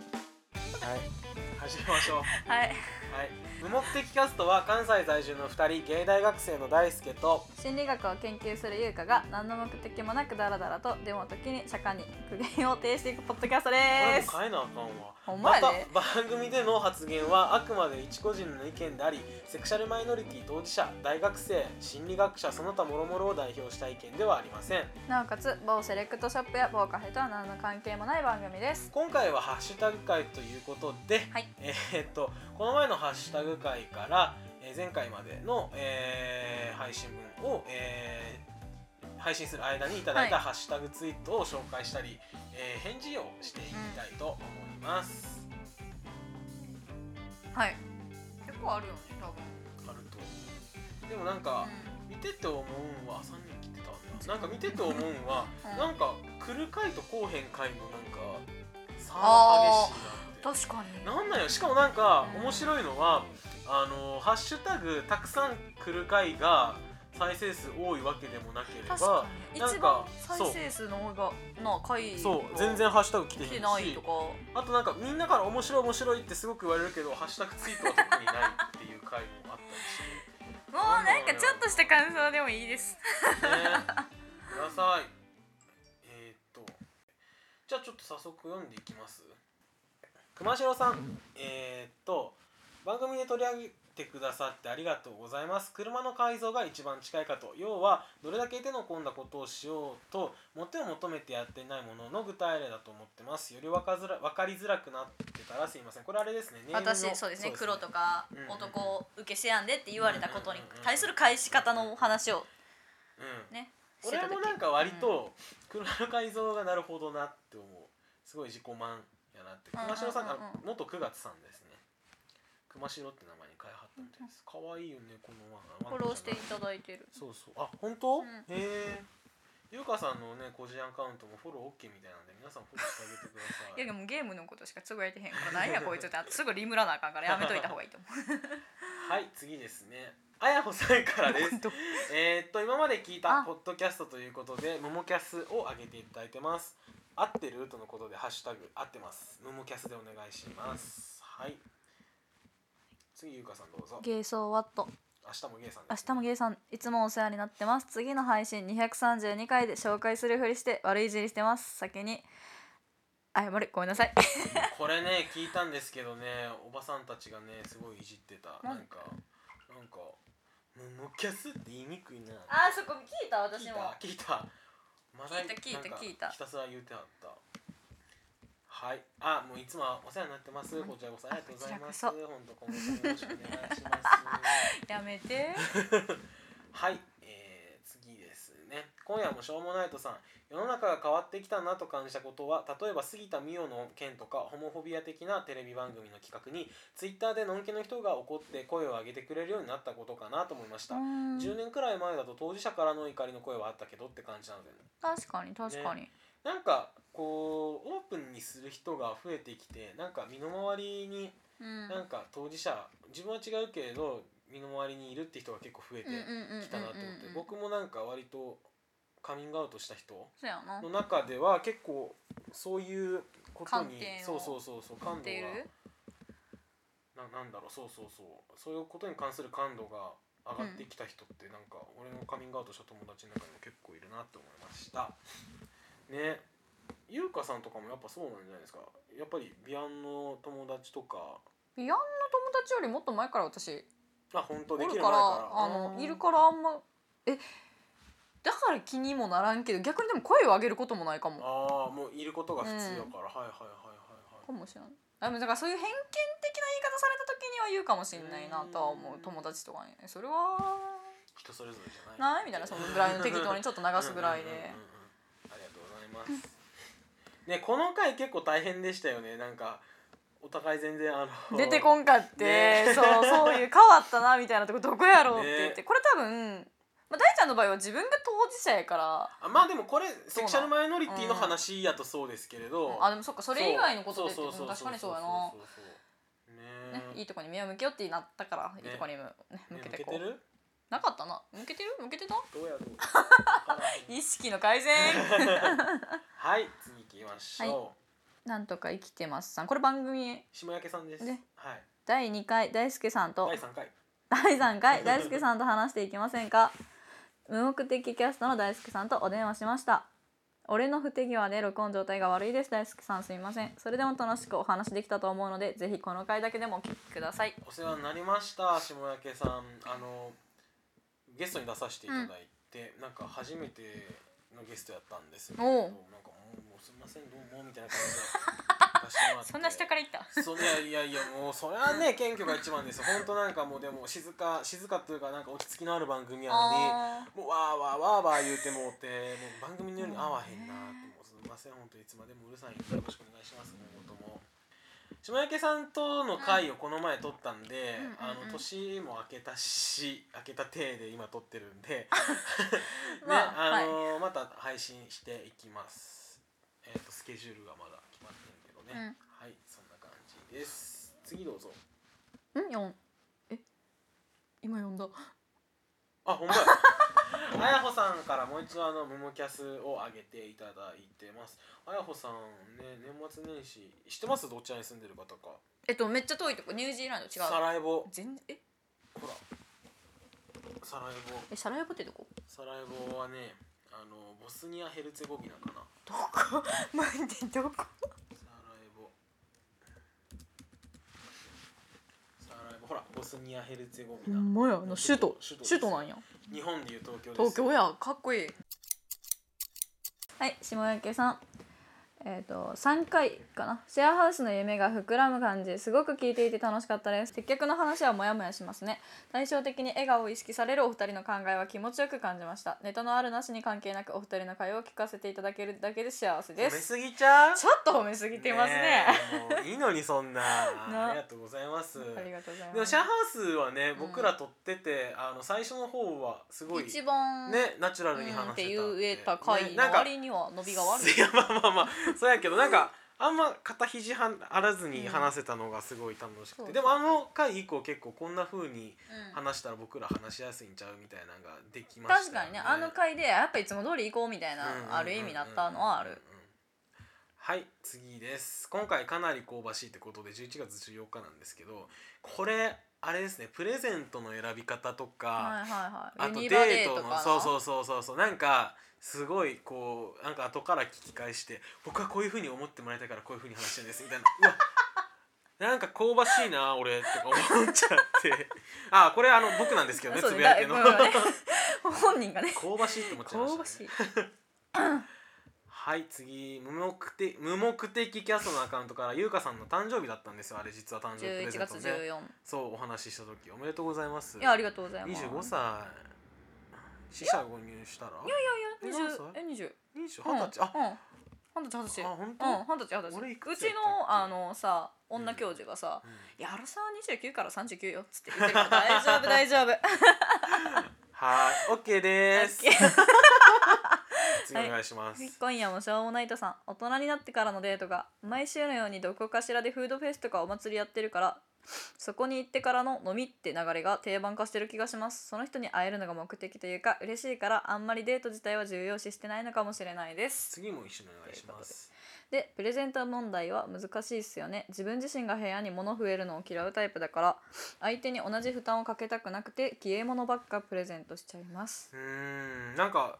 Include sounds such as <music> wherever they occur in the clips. はい始めましょうはいはい無目的キャストは関西在住の2人芸大学生の大輔と心理学を研究する優香が何の目的もなくダラダラとでも時に社会に苦言を呈していくポッドキャストでこれすも変えなあかんわほんままやたね番組での発言はあくまで一個人の意見でありセクシャルマイノリティ当事者大学生心理学者その他諸々を代表した意見ではありませんなおかつ某セレクトショップや某カフェとは何の関係もない番組です今回はハッシュタグ会ということで、はいえーっとこの前のハッシュタグ会から、えー前回までの、えー配信分を、えー配信する間にいただいたはいハッシュタグツイートを紹介したり、えー返事をしていきたいと思います。はい結構あるよね多分あるとでもなんか、見てて思うんは3人来てたわななんか見てて思うん <laughs> は、うんなんか来る回と後編回のなんか差があ激ーしいなって。確かになんなんよしかもなんかうん面白いのはあのハッシュタグたくさん来る回が再生数多いわけでもなけれ確かばになんか一番再生数の多いがな回そう全然ハッシュタグ来てへん来てしないとかあとなんかみんなから面白い面白いってすごく言われるけどハッシュタグツイートは特にないっていう回もあったりもうなんかちょっとした感想でもいいですしてねくださいえー、っとじゃあちょっと早速読んでいきます熊代さんえー、っと番組で取り上げてくださってありがとうございます車の改造が一番近いかと要はどれだけ手の込んだことをしようともてを求めてやっていないものの具体例だと思ってますより分かづら分かりづらくなってたらすいませんこれあれですねネームの私そうですね黒とかうんうん男受けせやんでって言われたことにうんうんうん対する返し方の話をうんねして俺た時もなんか割と車の改造がなるほどなって思うすごい自己満やなってうんうんうんうん熊代さんが元9月さんですね熊代って名前に変えはったみたいです可愛いよねこのワンフォローしていワンちゃんただいてるそうそうあ本当、うんへえ優香さんのね個人アカウントもフォロー OK みたいなんで皆さんフォローしてあげてくださいやいでもゲームのことしかつぶやいてへんからなんやこいつってあとすぐリムらなあかんからやめといた方がいいと思はい次ですねあやほさんからでうす本当えーっと今まで聞いたあポッドキャストということで「モモキャス」を上げていただいてます合ってるとのことで「ハッシュタグ合ってます」「モモキャス」でお願いしますはい次ゆうかさんどうぞゲイソーワット明日もゲイさん明日もゲゲイさんいつもお世話になってます次の配信232回で紹介するふりして悪いじりしてます先に謝るごめんなさいこれね聞いたんですけどねおばさんたちがねすごいいじってたななんかなんか「モモキャス」って言いにくいなあそこ聞いた私聞いた聞いたまだ聞いた聞いたなんか聞いたひたすら言うてはったはいあもういつもお世話になってますうんこちらこそありがとうございますあ本こち当今後ともよろしくお願いします <laughs> やめてはい、えー、次ですね今夜もしょうもないとさん世の中が変わってきたなと感じたことは例えば杉田美桜の件とかホモフォビア的なテレビ番組の企画にツイッターでのんけの人が怒って声を上げてくれるようになったことかなと思いました、うん10年くらい前だと当事者からの怒りの声はあったけどって感じなので確かに確かに、なんかこうオープンにする人が増えてきてなんか身の回りにうんなんか当事者自分は違うけれど身の回りにいるって人が結構増えてきたなと思って僕僕もなんか割とカミングアウトした人そうやなの中では結構そういうことに観点をそうそうそうそう持感っ度ているがななんだろうそうそうそうそういうことに関する感度が上がってきた人ってなんか俺のカミングアウトした友達の中にも結構いるなって思いましたね優香さんとかもやっぱそうなんじゃないですかやっぱりビアンの友達とかビアンの友達よりもっと前から私あ本当おできるる前からからあのーいるからあんまえだから気にもならんけど逆にでも声を上げることもないかもああもういることが普通やうんから、はいはいはいはいはいかもしれないあでもだからそういう偏見的な言い方された時には言うかもしれないなとは思ううん友達とかにねそれは人それぞれじゃないないみたいなそのぐらいの適当にちょっと流すぐらいでうんうんうんうんうんありがとうございますねこの回結構大変でしたよねなんかお互い全然あの出てこんかって、ねそうそういう変わったなみたいなとこどこやろうって言って、ねこれ多分、まあ、大ちゃんの場合は自分が当事者やからあまあでもこれセクシャルマイノリティの話やとそうですけれど、あでもそっかそれ以外のことでってそううん確かにそうやなそ、うそうそうねねいいとこに目を向けようってなったから、いいとこにも、ね、ね向け抜てけこてうるなかったな向けてる向けてたどうやろう <laughs> 意識の改善はい次行きましょう、なんとか生きてますさんこれ番組下焼さんです、ねはい第2回大輔さんと第3回第3回大輔さんと話していきませんか無目的キャストの大輔さんとお電話しました俺の不手際で録音状態が悪いです大輔さんすいませんそれでも楽しくお話できたと思うのでぜひこの回だけでもお聞きくださいお世話になりました下焼さんあのゲストに出させていただいて、なんか初めてのゲストやったんですけどおなんうかもうもうすみませんどうもみたいな感じで出して <laughs> もらってから言ったそいやいやいやもうそれはね謙虚が一番ですよ本当なんかもうでも静か静かというかなんか落ち着きのある番組やのあにもうわーわーわーわー言うてもうてもう番組のように合わへんなーってもうすみません本当いつまでもうるさいんでよろしくお願いします今後とも島焼さんとの回をこの前撮ったんで、うんうんうんあの年も明けたし明けた体で今撮ってるんでね、まああのまた配信していきますえっ、とスケジュールがまだ決まってるけどね、うんはいそんな感じです次どうぞーんよんえ今読んだあほんまや <laughs> あやほさんからもう一度あのモモキャスを上げていただいてますあやほさんね年末年始知ってますどちらに住んでる方かえっとめっちゃ遠いとこニュージーランド違サうラエボ全えほらサラエボえサラエボってどこサラエボはねあのボスニアヘルツェゴビナかなどこ <laughs> 待ってどこサラエボサラエボほらボスニアヘルツェゴビナまやあの首都首都です首都なんや日本でいう東京です東京やかっこいいはい下焼さんえっ、と3回かなシェアハウスの夢が膨らむ感じすごく聞いていて楽しかったです接客の話はモヤモヤしますね対照的に笑顔を意識されるお二人の考えは気持ちよく感じましたネタのあるなしに関係なくお二人の会話を聞かせていただけるだけで幸せで褒め <laughs> すすぎちゃうちょっと褒めすぎてますねえもういいのにそんな <laughs> なありがとうございますありがとうございでもますシャーハウスはねん僕ら撮ってて、あの最初の方はすごい一番、ねナチュラうルに話してたん、んっでて言えたね回のなんか割には伸びが悪いいやまあまあまあそうやけどなんかあんま肩肘はあらずに話せたのがすごい楽しくて、うんでもあの回以降結構こんな風にうん話したら僕ら話しやすいんちゃうみたいなのができまし確たかよにねあの回でやっぱいつも通り行こうみたいうんうんうんうんなある意味だったのはあるはい次です今回かなり香ばしいってことで11月14日なんですけどこれあれですねプレゼントの選び方とはか、いはいはあいとユデニバーデートトのかなそうそうそうそうそうなんかすごいこうなんか後から聞き返して僕はこういうふうに思ってもらいたいからこういうふうに話してるんですみたいなうわなんか香ばしいな俺とか思っちゃって <laughs> あこれあの僕なんですけどねそうつぶやいてるのだごめ <laughs> ん香ね本人がねばしいって思っちゃいました、ね、香ばしいはい次無目的無目的キャストのアカウントから優香さんの誕生日だったんですよあれ実は誕生日プレ11ゼン月トね14そうお話しした時おめでとうございますいやありがとうございます25歳死者購入したらいやいやいやえ何20え二十20歳、あうん二十歳二十歳あう本当、ん二十歳二十俺歳いくうつやっちたっけのあのさ女教授がさ「いやあらさ29から39よ」っつって言ってるから大丈夫大丈夫はいオッケーですオッケー <laughs> 次お願いします、今夜もしょうもないとさん大人になってからのデートが毎週のようにどこかしらでフードフェスとかお祭りやってるからそこに行ってからの飲みって流れが定番化してる気がしますその人に会えるのが目的というか嬉しいからあんまりデート自体は重要視してないのかもしれないです次も一緒にお願いしますでプレゼント問題は難しいっすよね自分自身が部屋に物増えるのを嫌うタイプだから相手に同じ負担をかけたくなくて消え物ばっかプレゼントしちゃいますうーんなんか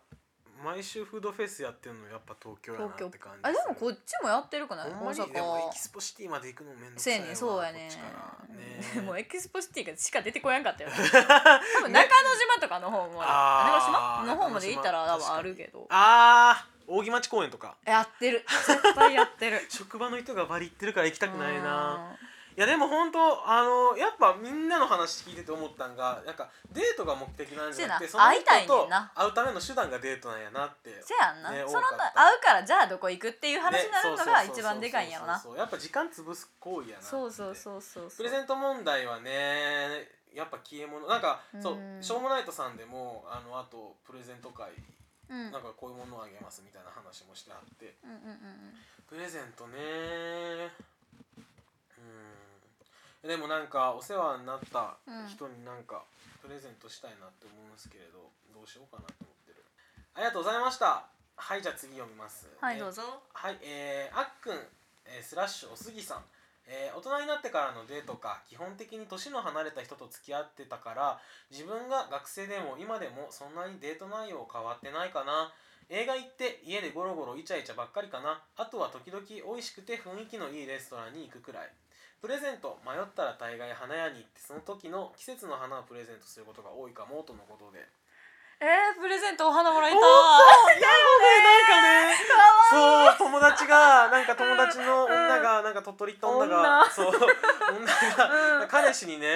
毎週フードフェスやってるのやっぱ東京やなって感じするあでもこっちもやってるかなほんまにでもエキスポシティまで行くのめんどくさせいやわねそうやねこっちからでね <laughs> もうエキスポシティがしか出てこやんかった <laughs> よ多分中之島とかの方も、あー中之島の方まで行ったら中多之島分あるけどあー扇町公園とかやってる絶対やって <laughs> る職場の人がバリ行ってるから行きたくないなうんいやでも本当あのやっぱみんなの話聞いてて思ったんがなんかデートが目的なんじゃなくてせそやなの人会いたいねとんな会うための手段がデートなんやなってせやんな、ねその多かった会うからじゃあどこ行くっていう話になるねのが一番でかいんやろなそうそうそうそうそうやっぱ時間潰す行為やなってそうそうそうそうプそうレゼント問題はねやっぱ消え物なんかそううんしょうもないとさんでもあのあとプレゼント会うんうんうんなんかこういうものをあげますみたいな話もしてあってうんうんプレゼントねうんでもなんかお世話になった人になんかプレゼントしたいなって思うんですけれどどうしようかなと思ってるありがとうございましたはいじゃあ次読みますはいえどうぞはいえー、あっくんえースラッシュおすぎさん、えー大人になってからのデートか基本的に年の離れた人と付き合ってたから自分が学生でも今でもそんなにデート内容変わってないかな映画行って家でゴロゴロイチャイチャばっかりかなあとは時々美味しくて雰囲気のいいレストランに行くくらいプレゼント迷ったら大概花屋に行ってその時の季節の花をプレゼントすることが多いかもとのことでえー、プレゼントお花もらいたおーいいやもうねなんかねかわいいそう友達がなんか友達の女がなんか鳥取行った女が女そう女うんが彼氏にね、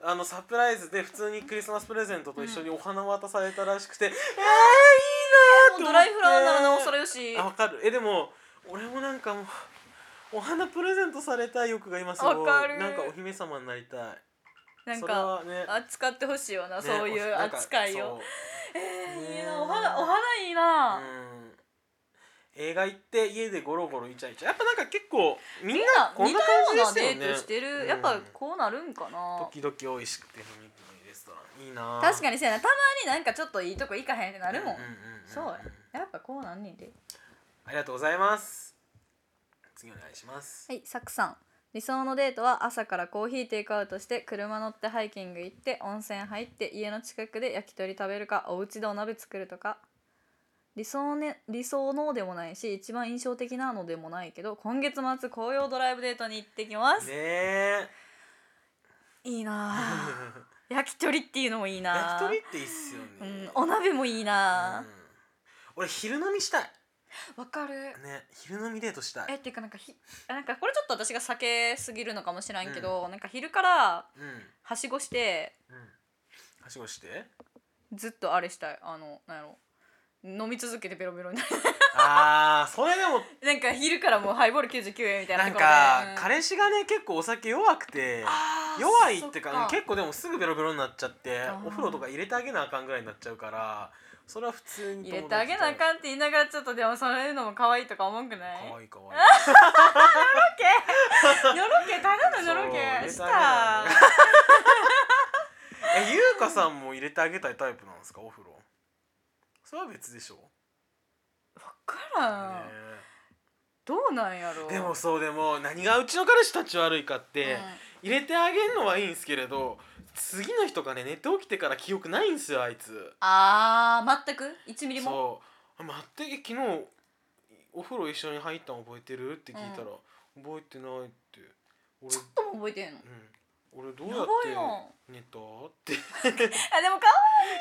うんあのサプライズで普通にクリスマスプレゼントと一緒にお花渡されたらしくて、えー、いいなーって思ってもうドライフラワーならなおそれよしあわかるえでも俺もなんかもうお花プレゼントされたい欲が今すごいわかるなんかお姫様になりたいなんそれかはね扱ってほしいよな、そうねおいうなんか扱いそをうえー、いいねなお花お花いいな、うん映画行って家でゴロゴロイチャイチャやっぱなんか結構みんみんななこん似なた感じでようなすよデねートしてる、うんやっぱこうなるんかな時々美味しくて雰囲気のいいレストランいいな確にかにせやなたまになんかちょっといいとこ行かへんってなるもん、そうややっぱこうなんねんでありがとうございます次お願いしますはいサクさん理想のデートは朝からコーヒーテイクアウトして車乗ってハイキング行って温泉入って家の近くで焼き鳥食べるかお家でお鍋作るとか理想,、ね、理想のでもないし一番印象的なのでもないけど今月末紅葉ドライブデートに行ってきます、ねえいいなあ焼き鳥っていうのもいい <laughs> な焼きあ鳥っていいっすよね、うん、お鍋もいいなうん俺昼飲みしたいわ、かるね昼飲みデートしたえっいていうかなんかひあなんかこれちょっと私が避けすぎるのかもしらんけど、なんか昼からうんはしごしてうんはしごしてずっとあれしたいあのなんやろ飲み続けてベロベロになる <laughs> あーそれでもなんか昼からもうハイボール99円みたいななんところか、でうん彼氏がね結構お酒弱くてあー弱いってかそっ結構でもすぐベロベロになっちゃってあーお風呂とか入れてあげなあかんぐらいになっちゃうからそれは普通に入れてあげなあんかんって言いながらちょっとでもそういうのも可愛いとか思うくないかのろわいいかわいいけただののろけしそうた <laughs> え優香さんも入れてあげたいタイプなんですかお風呂それは別でしょ、わからん、ねどうなんやろえでもそうでも何がうちの彼氏たち悪いかっうて、ん入れてあげるのはいいんですけれど次の日とかね寝て起きてから記憶ないんですよあいつ。あー全く1ミリもそうあ待ってえ昨日お風呂一緒に入ったの覚えてるって聞いたら、覚えてないって俺ちょっとも覚えてんのうん俺どうややっばいなて寝たって <laughs> あでもか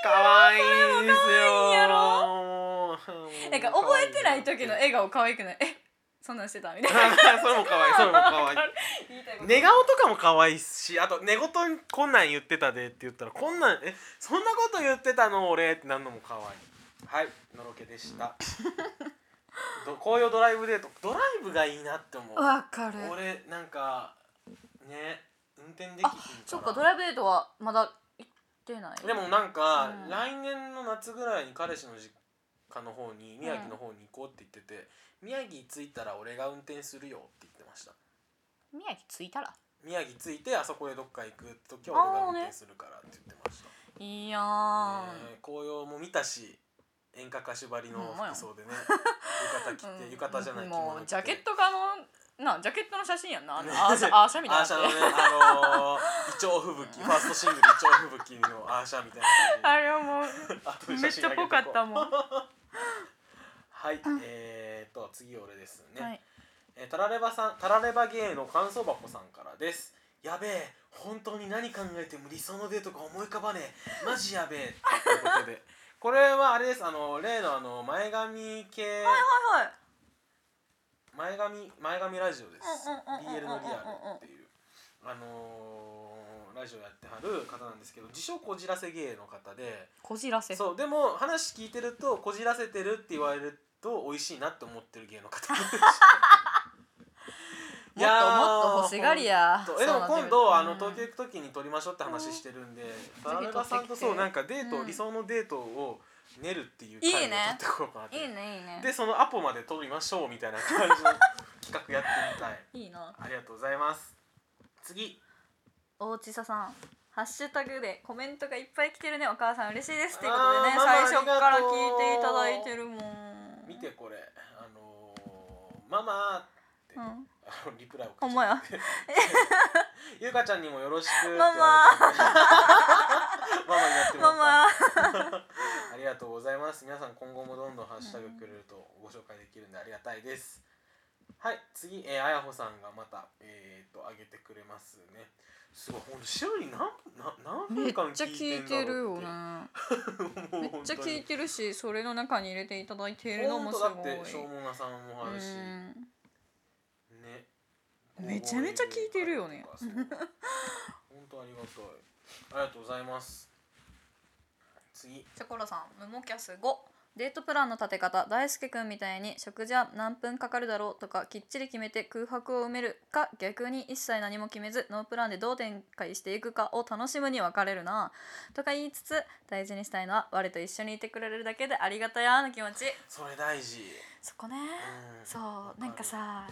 可愛いんですよいやろもうなんか覚えてない時の笑顔可愛くないえそんなんしてたみたいな <laughs> それも可愛いそれも可愛い <laughs> 言いたいこと寝顔とかも可愛いしあと寝言こんなん言ってたでって言ったらこんなんえそんなこと言ってたの俺ってなんのも可愛いはいのろけでしたど紅葉ドライブデートドライブがいいなって思うわかる俺なんかね運転できひんあかそっかドらライブデートはまだ行ってないでもなんか、うん来年の夏ぐらいに彼氏の実家の方に宮城の方に行こうって言ってて、宮城着いたら俺が運転するよって言ってました宮城着いたら宮城着いてあそこでどっか行く時は俺が運転するからって言ってました、いいやーんねえ紅葉も見たし演歌歌手ばりのほんまや服装でね <laughs> 浴衣着うんて浴衣じゃない着も物う着てジャケットかのなジャケットの写真やんなあ <laughs> のねアーシャアーシャみたアいーなシャのねあのー、イチョウ吹雪ファーストシングルイチョウ吹雪のアーシャみたいな感じあれはもうあとめっちゃぽかっ <laughs> たもんははい、えー、と次俺ですね、いえータラレバさんタラレバゲーの感想箱さんからですやべえ本当に何考えても理想のデートが思い浮かばねえマジやべえということでこれはあれですあの例のあの前髪系、はいはい前髪前髪ラジオですうんうんうん BL うんうんうんのリアルっていうあのーラジオやってはる方なんですけど自称こじらせ芸の方でこじらせそうでも話聞いてるとこじらせてるって言われると美味しいなって思ってる芸の <laughs> 方もっともっと欲しがりやそうえでもそうなってく今る度あのうん東京行く時に撮りましょうって話してるんで田ぜひ辺撮ってきてさんとそうなんかデート、うん理想のデートを練るっていういい会を撮っねてこようかなっていいねいいねでそのアポまで撮りましょうみたいな感じの企画やってみたいいいなありがとうございます次大地ささんハッシュタグでコメントがいっぱい来てるねお母さん嬉しいですっていうこあとでーねママ最初からありがとう聞いていただいてるもん見てこれあのーママって、うあんのリプライをほんまやゆかちゃんにもよろしくってママ言われたんで <laughs> ママになってもらマったマありがとうございます。皆さん今後もどんどんハッシュタグくれるとご紹介できるんでありがたいです。はい、次、えー、あやほさんがまた、えー、と、あげてくれますね。すごい、ほんと、週に何、な何め分っ間ちゃ聞聞いいててんだるろうよって。ねもうめっ本ちゃ当聞いに。てるしそれの中に入れていただいているのほもんすとごだいって、しょうもなさんもあるし、うんね。めちゃめちゃ聞いてるよねそうほんとありがたい。ありがとうございます。次、チョコラさん、ムモキャス5。デートプランの立て方、大輔くんみたいに食事は何分かかるだろうとかきっちり決めて空白を埋めるか逆に一切何も決めずノープランでどう展開していくかを楽しむに分かれるなとか言いつつ大事にしたいのは我と一緒にいてくれるだけでありがたやの気持ちそれ大事。そこねうんそうなんか、さ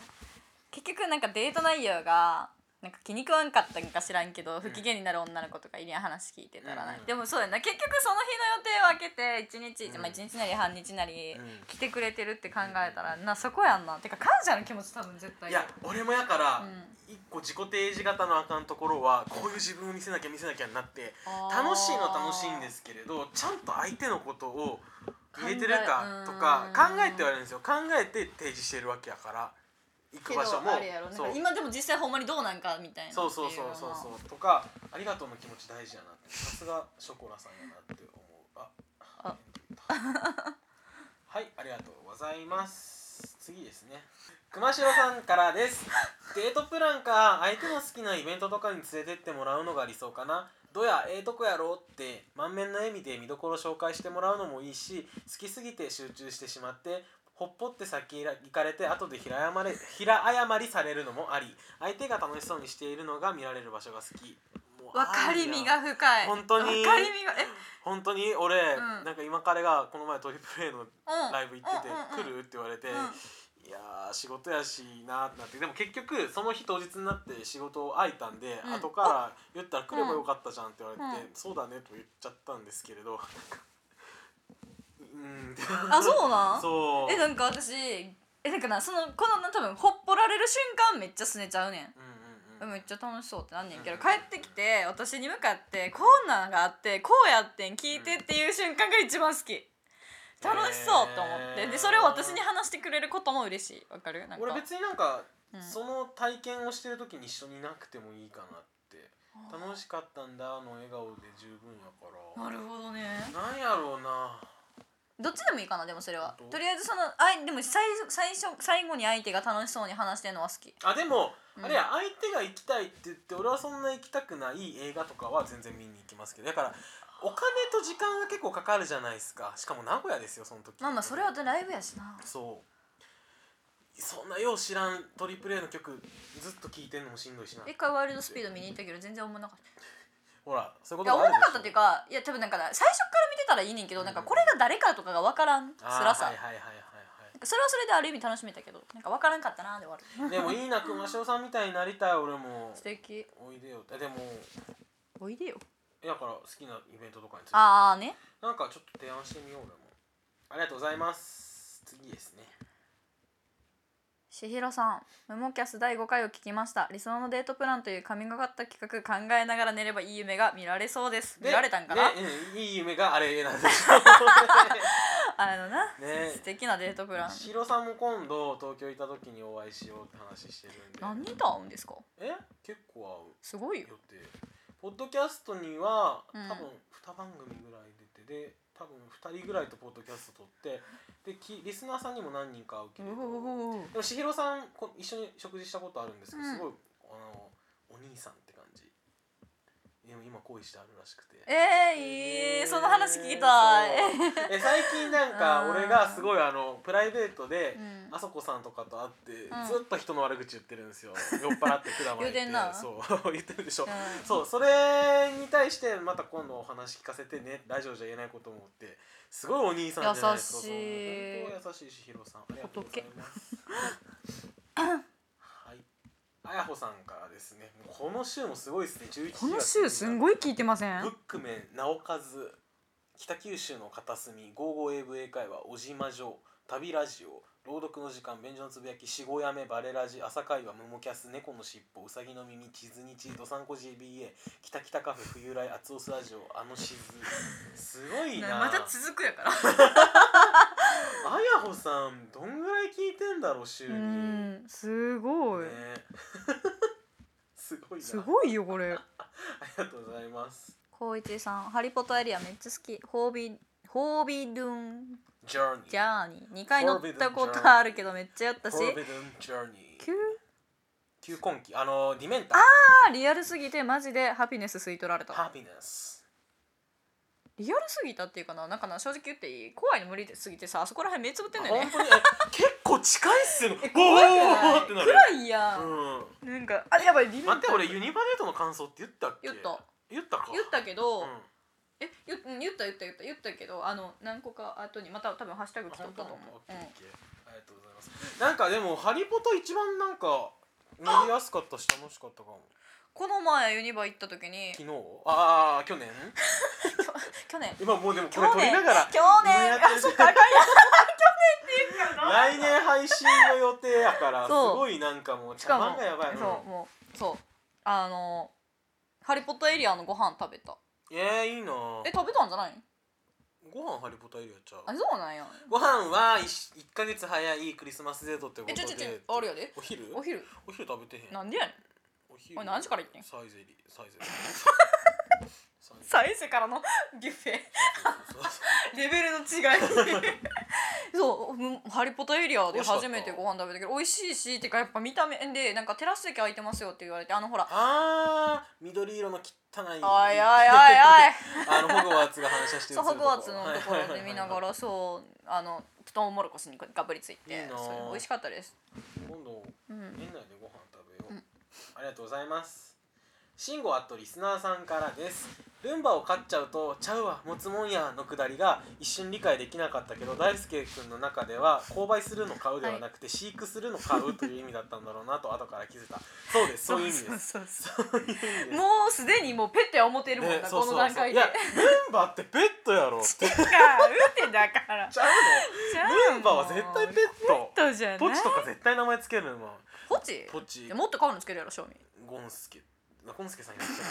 結局なんかデート内容がなんか気に食わんかったんか知らんけど不機嫌になる女の子とかいりゃ話聞いてたらな、うんでもそうだよな結局その日の予定を空けて一日、うんまあ一日なり半日なりわかるうん来てくれてるって考えたら、なそこやんなてか感謝の気持ち多分絶対いや俺もやから、う一個自己提示型のあかんところはこういう自分を見せなきゃ見せなきゃになって楽しいのは楽しいんですすけれどちゃんと相手のことを考え入れてるかとか考うんえてはいるんですよ考えて提示してるわけやから行くけ場所もどあれやろなんそうか今でも実際ほんまにどうなんかみたいなそうそうそうそうそうとかありがとうの気持ち大事やなってさすがショコラさんやなって思うああはいありがとうございます次ですね熊代さんからですデートプランか相手の好きなイベントとかに連れてってもらうのが理想かなどやええとこやろって満面の笑みで見どころ紹介してもらうのもいいし好きすぎて集中してしまってほっぽって先行かれて後で平謝れ平謝りされるのもあり相手が楽しそうにしているのが見られる場所が好きもう分かりみが深い本当に分かりみがえ本当に俺、うんなんか今彼がこの前トリプル A のうんライブ行っててうんうんう「来る?」っんて言われて、ういやー仕事やしなーってなってでも結局その日当日になって仕事空いたんで、うん後から言ったら来ればよかったじゃんって言われて、うんそうだねと言っちゃったんですけれどうーんあそうなんそうえなんか私えなんかなそのこの多分ほっぽられる瞬間めっちゃすねちゃうねんうんうんうえんめっちゃ楽しそうってなんねんけどうん帰ってきて私に向かってこんなんがあってこうやってん聞いてっていう瞬間が一番好き楽しそうと思って、へーでそれを私に話してくれることも嬉しいわかるなんか俺別になんか、うんその体験をしてる時に一緒にいなくてもいいかなってあー楽しかったんだの笑顔で十分やからなるほどねなんやろうなどっちでもいいかなでもそれは本当とりあえずそのあいでも最初最初最後に相手が楽しそうに話してるのは好きあでも、うんあれや相手が行きたいって言って俺はそんな行きたくない映画とかは全然見に行きますけどだからお金と時間が結構かかるじゃないですかしかも名古屋ですよその時まあまあそれはライブやしなそうそんなよう知らんトリプル a の曲ずっと聴いてんのもしんどいしな一回ワイルドスピード見に行ったけど全然思わなかったほらそういういことがあや思わるでなしかったっていうかいや多分なんかな最初から見てたらいいねんけど、なんかこれが誰かとかが分からんあー辛さ、はいはいはいはいはいなんかそれはそれである意味楽しめたけどなんか分からんかったなーで終わ <laughs> るでもいいな熊代さんみたいになりたい俺も素敵おいでよってでもおいでよだから好きなイベントとかについてああねなんかちょっと提案してみよう俺もありがとうございます次ですねしひろさん「ムモキャス第5回を聞きました理想のデートプランという神がかった企画考えながら寝ればいい夢が見られそうですで見られたんかな、ねうんいい夢があれなんでし <laughs> あのな、ょね素敵なデートプランシロさんも今度東京行った時にお会いしようって話してるんで何人と会うんですかえ結構すごい会うよ予定ポッドキャストには多うん分2番組ぐらい出てで多分2人ぐらいとポッドキャスト撮ってできリスナーさんにも何人か会うけおれどおでもしひろさんこ一緒に食事したことあるんですけど、うんすごいあのお兄さんって感じでも今恋してあるらしくてえー、いいその話聞きたい、えーそうえ最近なんかうん俺がすごいあのプライベートで、 <laughs> うんあそこさんとかと会って、んずっと人の悪口言ってるんですよ酔っ払って管巻いて言うてんなそう <laughs> 言ってるでしょ、うんそうそれに対してまた今度お話聞かせてねラジオじゃ言えないこともってすごいお兄さんじゃないですか優しいそう本当優しいしひろさんありがとうございますはいあやほさんからですねもうこの週もすごいですね11この週すんごい聞いてませんブックメン直和北九州の片隅55英語英会話おじまじょう旅ラジオ朗読の時間便所のつぶやきしごやめバレラジ朝会話ムモキャス猫のしっぽうさぎの耳地図日どさんこ GBA きたきたカフェ冬来あつおすラジオあのしずすごいなまた続くや <laughs> からあやほさんどんぐらい聞いてんだろう週うにんすごい、ね <laughs> すごいな <laughs> すごいよこれありがとうございます光一さん「ハリポタエリアめっちゃ好き」ホービ「ホービルンジャーニージャーニー」2回乗ったことあるけどめっちゃやったしフォービドンジャーニー急旧婚期あのディメンターあーリアルすぎてマジでハピネス吸い取られたハピネスリアルすぎたっていうかななんかな正直言っていい怖いの無理すぎてさあそこら辺目つぶってんだよね本当にえ結構近いっすよねえお怖くーなおーいってなる暗いやん、うなんかあやばいリんム待って俺ユニバデートの感想って言ったっけ言った言ったか言ったけど、うんえ言うん言った言った言った言ったけどあの何個か後にまた多分ハッシュタグ来とったと思うあ本当オッケーオッケーありがとうございますなんかでも「ハリポタ」一番なんか乗りやすかったし楽しかったかもこの前ユニバ行った時に昨日ああ去年去年今もうでもこ去れ撮り年ながら去やっ年てあるそ <laughs> っかあかんや来年配信の予定やからすそうごいなんかもうしかも茶番がやばいそうもうそうあのハリポッターエリアのご飯食べたうんえー、いいなぁえ食べたんじゃないご飯ハリポタエリアちゃうあそうなんやご飯は 1, 一ヶ月早いクリスマスデートってことえでちょちょちょあるやでお昼お昼お昼食べてへんなんでやねんお昼おい何時から行ってんサイゼリサイゼリサイゼリ再生からのビュッフェそうそうそうレベルの違い <laughs> そううんハリポタエリアで初めてご飯食べたけど美味しいしってかやっぱ見た目でなんかテラス席空いてますよって言われてあのほらあー緑色の汚いおいおいおいおい <laughs> あのホグワーツが反射 <laughs> してそうホグワーツのところで見ながららそうあのトウモロコシにがぶりついいいてなあそれ美味しかったです今度うん園内でご飯食べよう、うんありがとうございますシンゴアットリスナーさんからですルンバを飼っちゃうと「ちゃうわ持つもんや」のくだりが一瞬理解できなかったけど大輔君の中では購買するの買うではなくて飼育するの買うという意味だったんだろうなと後から気づいたそうですそういう意味です <laughs> そうそうそういう意味ですもうすでにもうペットや思ってるもんな、ねそうこそうのそう段階いで。違やうルンバってペットや <laughs> ろってって <laughs> だから。ちゃうじのルンバは絶 <laughs> 対ペッットトじゃない。ポチとか絶対名前つけるもんポチ。ポチいやもっと買うのつけるやろ正味。ゴンスケゴンスケさんいらっしゃるわ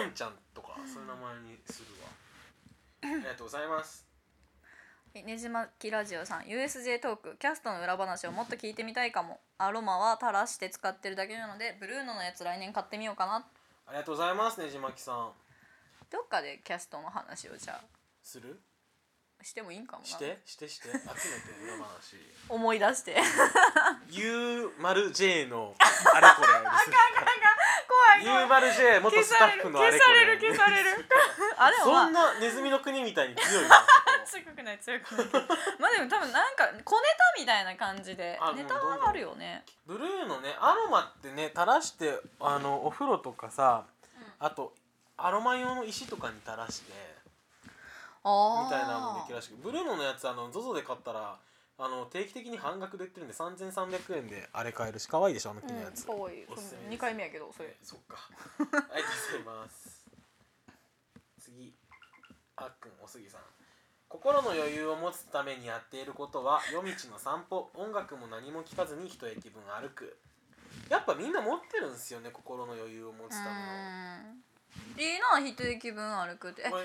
<laughs> ゴンちゃんとかそういう名前にするわありがとうございますえねじまきラジオさん USJ トークキャストの裏話をもっと聞いてみたいかもアロマは垂らして使ってるだけなのでブルーノのやつ来年買ってみようかなありがとうございますねじまきさんどっかでキャストの話をじゃするあしてもいいんかもなしてしてして集めて裏話思い出して <laughs> ゆうまる J のあれこれです怖ゆうまる J 元スタッフのあれこれ <laughs> されるあれそんなネズミの国みたいに強いな強くない強くないけどまあでも多分なんか小ネタみたいな感じであネもうタどんどんはあるよねブルーのねアロマってね垂らしてあのお風呂とかさ、あとアロマ用の石とかに垂らしてあーみたいなのもできるらしくブルーノのやつあの ZOZO で買ったらあの定期的に半額で売ってるんで3300円であれ買えるし可愛いでしょあの木のやつ、うん、かわいいおすすめです2回目やけどそれえそっか <laughs> ありがとうございます次あっくんおすぎさん心の余裕を持つためにやっていることは夜道の散歩音楽も何も聞かずに一駅分歩くやっぱみんな持ってるんですよね心の余裕を持うつためーんいいな一駅分歩くってえのこれ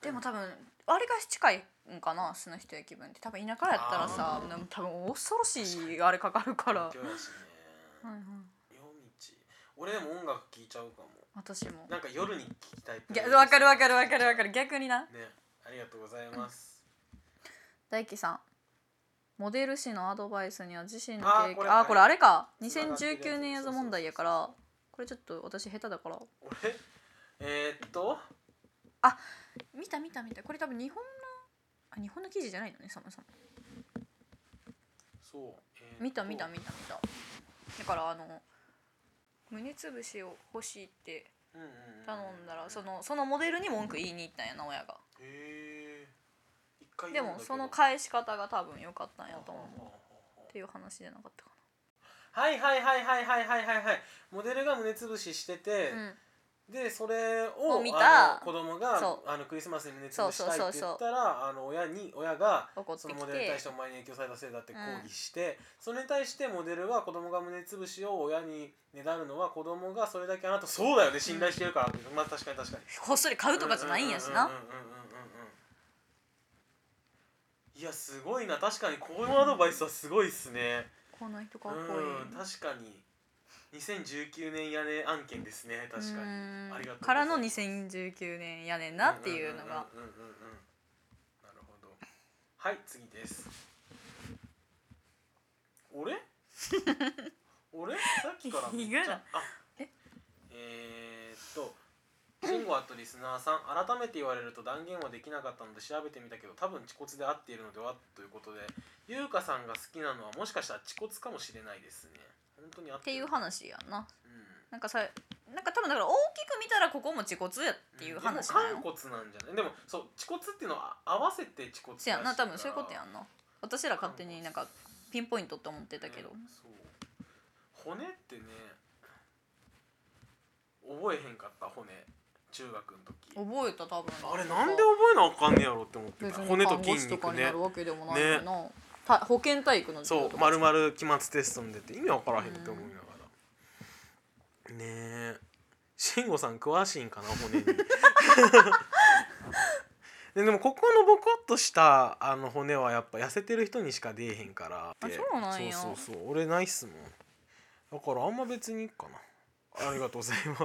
でも多分あれが近いんかなその一駅分って多分田舎やったらさあーなんか多分恐ろしいあれかかるから、はい東京やしねはい、夜道俺でも音楽聴いちゃうかも私もなんか夜に聞きたいいやわかるわかるわかるわかるる逆になねありがとうございます、大輝さんモデル誌のアドバイスには自身のあー経これ験あーこれあれかつながってるやつ2019年映像問題やそかうそうらそうこれちょっと私下手だから俺えー、っと見た見た見たこれ多分日本のあ日本の記事じゃないのねそもそもそう、えーっと見た見た見た見ただからあの胸つぶしを欲しいってうんうんう頼んだらそのそのモデルに文句言いに行ったんやな親がへえ一回で読んだけもどその返し方が多分良かったんやと思うっていう話じゃなかったかはいはいはいはいはいはいはいはいモデルが胸つぶししてて、なうんでそれをを見たあの子供がそあのクリスマスに熱そうをしそうたいそうって言ったらあの親に親が怒っそてのきモデルにて対してお前に影響されたせいだって抗議して、それに対してモデルは子供が胸つぶしを親にねだるのは子供がそれだけあなたそうだよね信頼してるからって、まあ確かに確かにこっそり買うとかじゃないんやしなううううんうんうんうんいやすごいな確かにこのアドバイスはすごいっすねこの人かうっこいいん確かに2019年屋根案件ですね確かうにーんありがとうございますからの2019年やねんなっていうのがんうんうんうんうんなるほどはい次です俺俺さっきからめっち意外ゃなあええー、っと慎吾あとリスナーさん改めて言われると断言はできなかったので調べてみたけど多分恥骨で合っているのではということで優香さんが好きなのはもしかしたら恥骨かもしれないですね本当に合っっててるいう話やんなうんなんかさなんか多分だから大きく見たらここも恥骨やっていう話なんやでも寛骨なんじゃないでもそう恥骨っていうのは合わせて恥骨らしせやんな多分そういうことやんんな私ら勝手になんかピンポイントって思ってたけど、うんそう骨ってね覚えへんかった骨中学の時覚えた多分あれなんで覚えなあかんねやろって思って別たに骨と看護師筋とか肉になねるわけでもないからな、た保健体育の授そ業うとか丸々期末テストに出て意味わからへんって思いながらねえ慎吾さん詳しいんかな骨に <laughs> ででもここのボコッとしたあの骨はやっぱ痩せてる人にしか出えへんからあそうなんやそうそうそう俺ないっすもんだからあんま別にいいかなありがとうござい <laughs> ます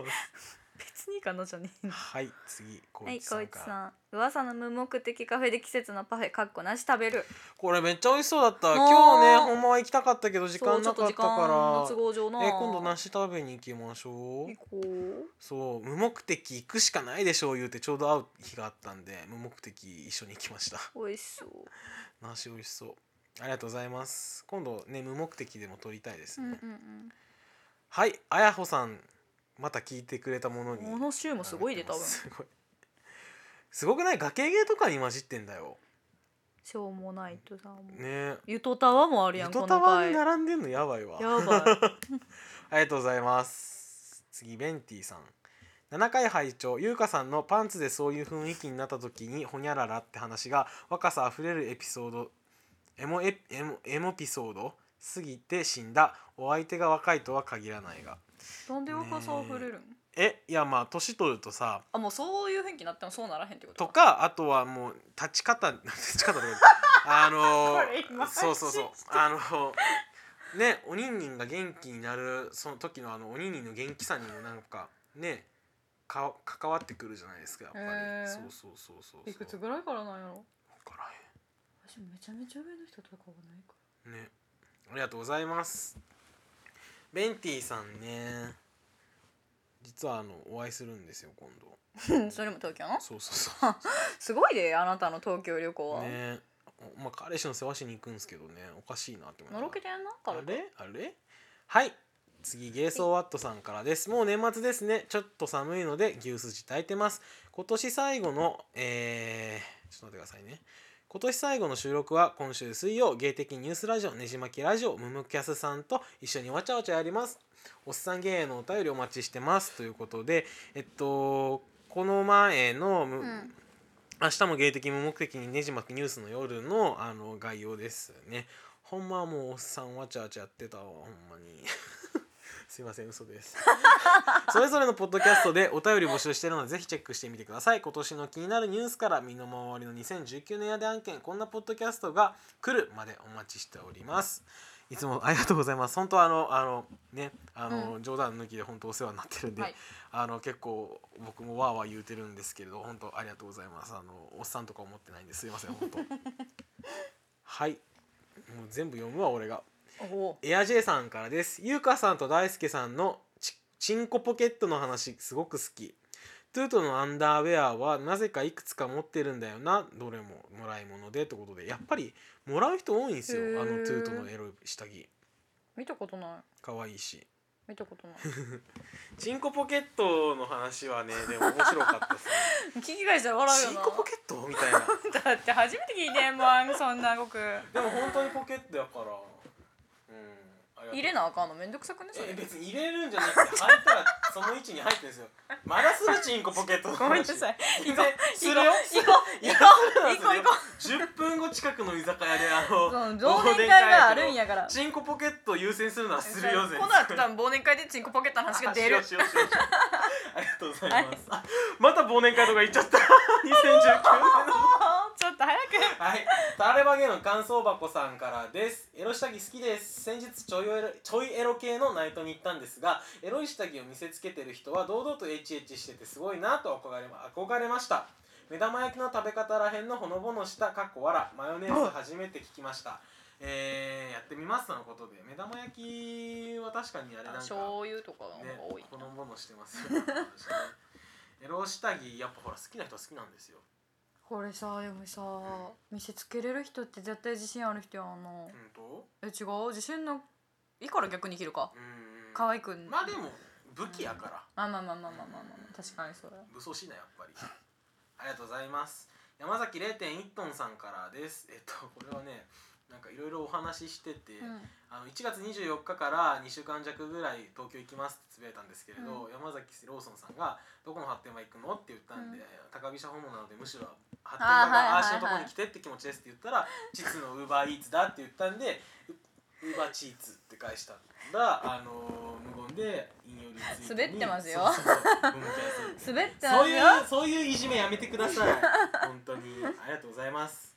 別にいいか <laughs> なじゃねえのはい次こはい、いちさこんいかちらさん噂の無目的カフェで季節のパフェかっこなし食べるこれめっちゃ美味しそうだったあー今日ねほんまは行きたかったけど時間なかったそうちょっと時間のか都ら合上なえ今度梨食べに行きましょう行こうそう無目的行くしかないでしょう言うてちょうど会う日があったんで無目的一緒に行きました <laughs> 美味しそう。梨美味しそうありがとうございます今度ね無目的でも撮りたいですうね、んうんはいあやほさんまた聞いてくれたものうにん。この週もすごいで多分。すごいすごくない崖芸とかに混じってんだよしょうもないとさも。ねえゆとたわもあるやゆんことのたわ回。にや並んでんのやばいわ <laughs> ばい。ありがとうございます。次ベンティさん。7回拝聴優香さんのパンツでそういう雰囲気になった時にほにゃららって話が若さあふれるエピソードエモエエモエモピソード過ぎて死んだお相手が若いとは限らないがなんで若さ溢れるん？えいやまあ年取るとさあもうそういう雰囲気になってもそうならへんってこととか。かあとはもう立ち方 <laughs> 立ち方とかあのこれ今そうそうそう配信してあのねおにんにんが元気になるその時のあのおにんにんの元気さにもなんかねか関わってくるじゃないですかやっぱり、へーそうそうそうそういくつそうぐらいからなんやろ。わか私めちゃめちゃ上の人とかはないからへんねありがとうございますベンティさんね実はあのお会いするんですよ今度ら。それも東京の？そうそうそうすごいであなたの東京旅行は。ねおまあ彼氏の世話しに行くんですけどねおかしいなって思いながらのろけてやんなかあれあれはい次ゲイソーワットさんからですもう年末ですねちょっと寒いので牛すじ炊いてます今年最後のえー、ちょっと待ってくださいね今年最後の収録は今週水曜芸的ニュースラジオねじ巻きラジオムムキャスさんと一緒にわちゃわちゃやりますおっさん芸へのお便りお待ちしてますということでえっとこの前のむ、うん明日も芸的無目的にねじ巻きニュースの夜のあの概要ですねほんまはもうおっさんわちゃわちゃやってたわほんまにすいません嘘ですそれぞれのポッドキャストでお便り募集してるのでぜひチェックしてみてください今年の気になるニュースから身の回りの2019年やで案件こんなポッドキャストが来るまでお待ちしておりますいつもありがとうございます本当はあのあのねあの、う冗談抜きで本当お世話になってるんで、はいあの結構僕もわーわー言うてるんですけれど本当ありがとうございますあのおっさんとか思ってないんですいません本当はいもう全部読むわ俺がおお。エアジェイさんからですゆうかさんと大輔さんのちチンコポケットの話すごく好きトゥートのアンダーウェアはなぜかいくつか持ってるんだよなどれももらい物でってことでやっぱりもらう人多いんですよへーあのトゥートのエロい下着見たことない。可愛いし見たことない。チンコポケットの話はねでも面白かったですね聞き返したら笑うよチンな。コポケットみた <laughs> いなだって初めて聞いてんもんそんな僕。でも本当にポケットやからうんあありがとう入れなあかんのめんどくさくねそえれ別に入れるんじゃなくて履いたらその位置に入ってるんですよまだするチンコポケットの話ごめんなさい全然するよ行こう行こう行こう行こ10分後近くの居酒屋であうそのう忘年会があるんややからチンコポケット優先するのはするよぜこの後多分忘年会でチンコポケットの話が出るあしようしようしようありがとうございます、あまた忘年会とか行っち <laughs> ゃった2019年のちょっと早くはい、タレバゲの感想箱さんからです。エロ下着好きです。先日ちょいエロちょいエロ系のナイトに行ったんですが、エロい下着を見せつけてる人は堂々とエチエチしててすごいなと憧れま憧れました。目玉焼きの食べ方らへんのほのぼのしたかっこわらマヨネーズ初めて聞きました。えー、やってみますとのことで目玉焼きは確かにあれなんか醤油とかのね方が多いほのぼのしてますよ、ね、エロ下着やっぱほら好きな人は好きなんですよ、これさでもさ見せつけれる人って絶対自信ある人やんのうんとえ違う自信のいいから逆に切るかうん可愛くんまあでも武器やからあまあまあまあまあまあまあまあ確かにそれ武装しなやっぱりありがとうございます山崎0.1トンさんからですえっとこれはねなんかいろいろお話ししてて、うあの1月24日から2週間弱ぐらい東京行きますってつぶやいたんですけれど、山崎ローソンさんが「どこの発展場行くの?」って言ったんで、うん高飛車訪問なのでむしろ発展あー場はいはいがあーはいしのとこに来てって気持ちですって言ったら「チーツのウーバーイーツだ」って言ったんで「ウーバーチーツ」って返したら、あのー無言で引用リツイートに滑ってますよそうそうそう文化やそうですん滑ってまそうすいようそういういじめやめてください本当にありがとうございます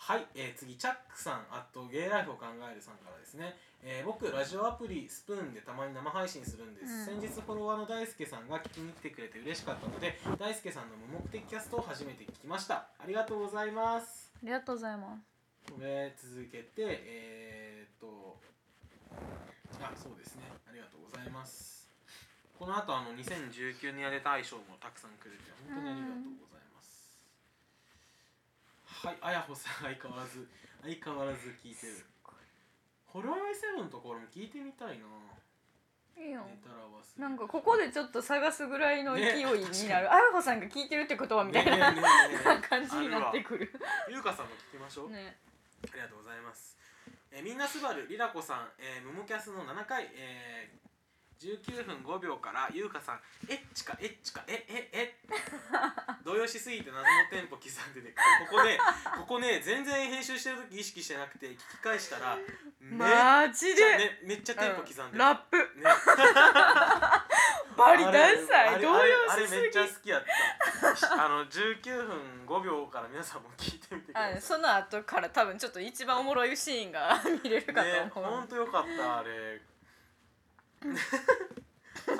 はい、えー次チャックさんあとゲイライフを考えるさんからですね、えー僕ラジオアプリスプーンでたまに生配信するんです、う先ん日フォロワーの大輔さんが聞きに来てくれて嬉しかったので大輔さんの無目的キャストを初めて聞きましたありがとうございますありがとうございますこれ続けてえー、っとあそうですねありがとうございますこの後あの2019年やで大賞もたくさんくれて本当にありがとうございますはいあやほさん相変わらず相変わらず聞いてるホロアイセブンのところも聞いてみたいないいよ寝たら忘れなんかここでちょっと探すぐらいの勢いになる、ねあやほさんが聞いてるってことはみたいな、ねねねね感じになってくるゆうかさんも聞きましょう、ねありがとうございます。えーみんなすばるりらこさん、えー、ムモキャスの7回、えー、19分5秒からゆうかさん、えっちかえっちかえええ動揺しすぎて謎のテンポ刻んでて、ここね、ここね、全然編集してる時意識してなくて、聞き返したら、めっちマジで、ゃ、ね、めっちゃテンポ刻んでうるんラップね、 <laughs> バリダあサいれ動あれ揺しあれめっちゃ好すきやった。あの19分5秒から皆さんも聞いてみてくぎださあい。その後から多分ちょっと一番おもろいシーンが <laughs> 見れるかね、と思ほんとよかったあ <laughs> れ。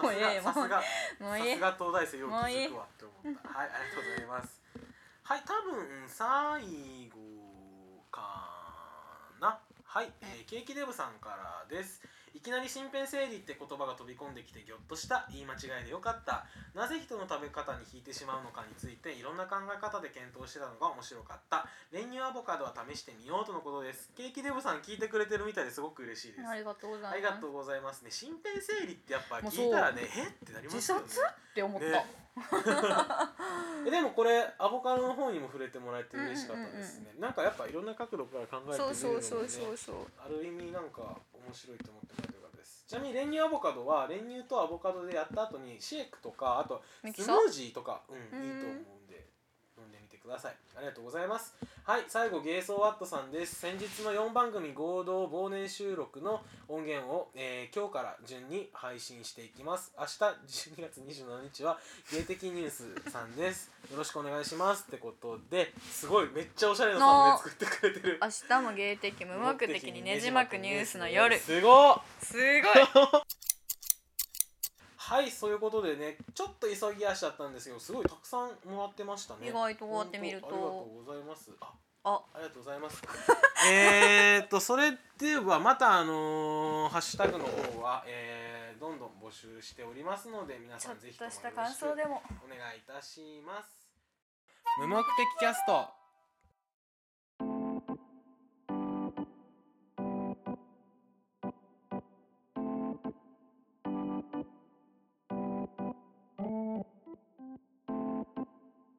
もうええよさすがうもさういいすが東大生よくもういい気づくわって思った。はい、ありがとうございます。はい、多分最後かな。はい、えーケーキデブさんからです。いきなり身辺整理って言葉が飛び込んできてギョッとした言い間違いでよかったなぜ人の食べ方に引いてしまうのかについていろんな考え方で検討してたのが面白かった練乳アボカドは試してみようとのことですケーキデブさん聞いてくれてるみたいですごく嬉しいですありがとうございますありがとうございますね身辺整理ってやっぱもう聞いたらねえってなりますよね自殺って思った、ね <laughs> えでもこれアボカドの方にも触れてもらえて嬉しかったですね、なんかやっぱいろんな角度から考えてみるのそもうねそうそうそうそうある意味なんか面白いと思ってもらえてよかったですちなみに練乳アボカドは練乳とアボカドでやった後にシェイクとかあとミキスサムーージーとか、うん、うんいいと思うんで飲んでみてくださいありがとうございますはい最後ゲイソーワットさんです先日の4番組合同忘年収録の音源を、えー今日から順に配信していきます明日12月27日はゲイ的ニュースさんですよろしくお願いしますってことですごいめっちゃおしゃれなサムネ作ってくれてる明日も芸的無目的にねじ巻くニュースの夜すすごっごいはいそういうことでねちょっと急ぎ足だったんですけどすごいたくさんもらってましたね意外とこうやって見ると本当ありがとうございますああありがとうござい <laughs> ますえーっとそれではまたあのーハッシュタグの方は、えーどんどん募集しておりますので皆ちょさっんぜひともとよしたろ感しく想でもお願いいたします無目的キャスト「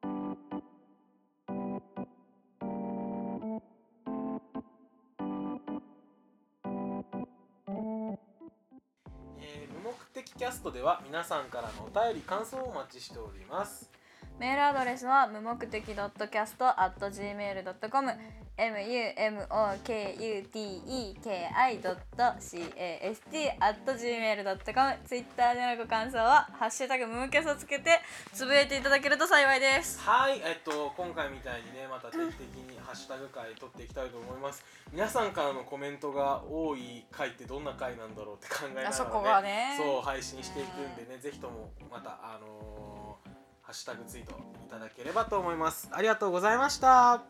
キャストでは皆さんからのお便り感想をお待ちしておりますメールアドレスは無目的 .cast.gmail.com mumokuteki.cast.gmail.com ツイッターでのご感想は「ハッシュタグムムキャス」をつけてつぶえていただけると幸いですはい、えっと、今回みたいにね、また定期的にハッシュタグ会取っていきたいと思います。皆さんからのコメントが多い回ってどんな回なんだろうって考えながら、ね、あそこがねそう、配信していくんでね、ぜひともまた、あのーハッシュタグツイートいただければと思います。ありがとうございました。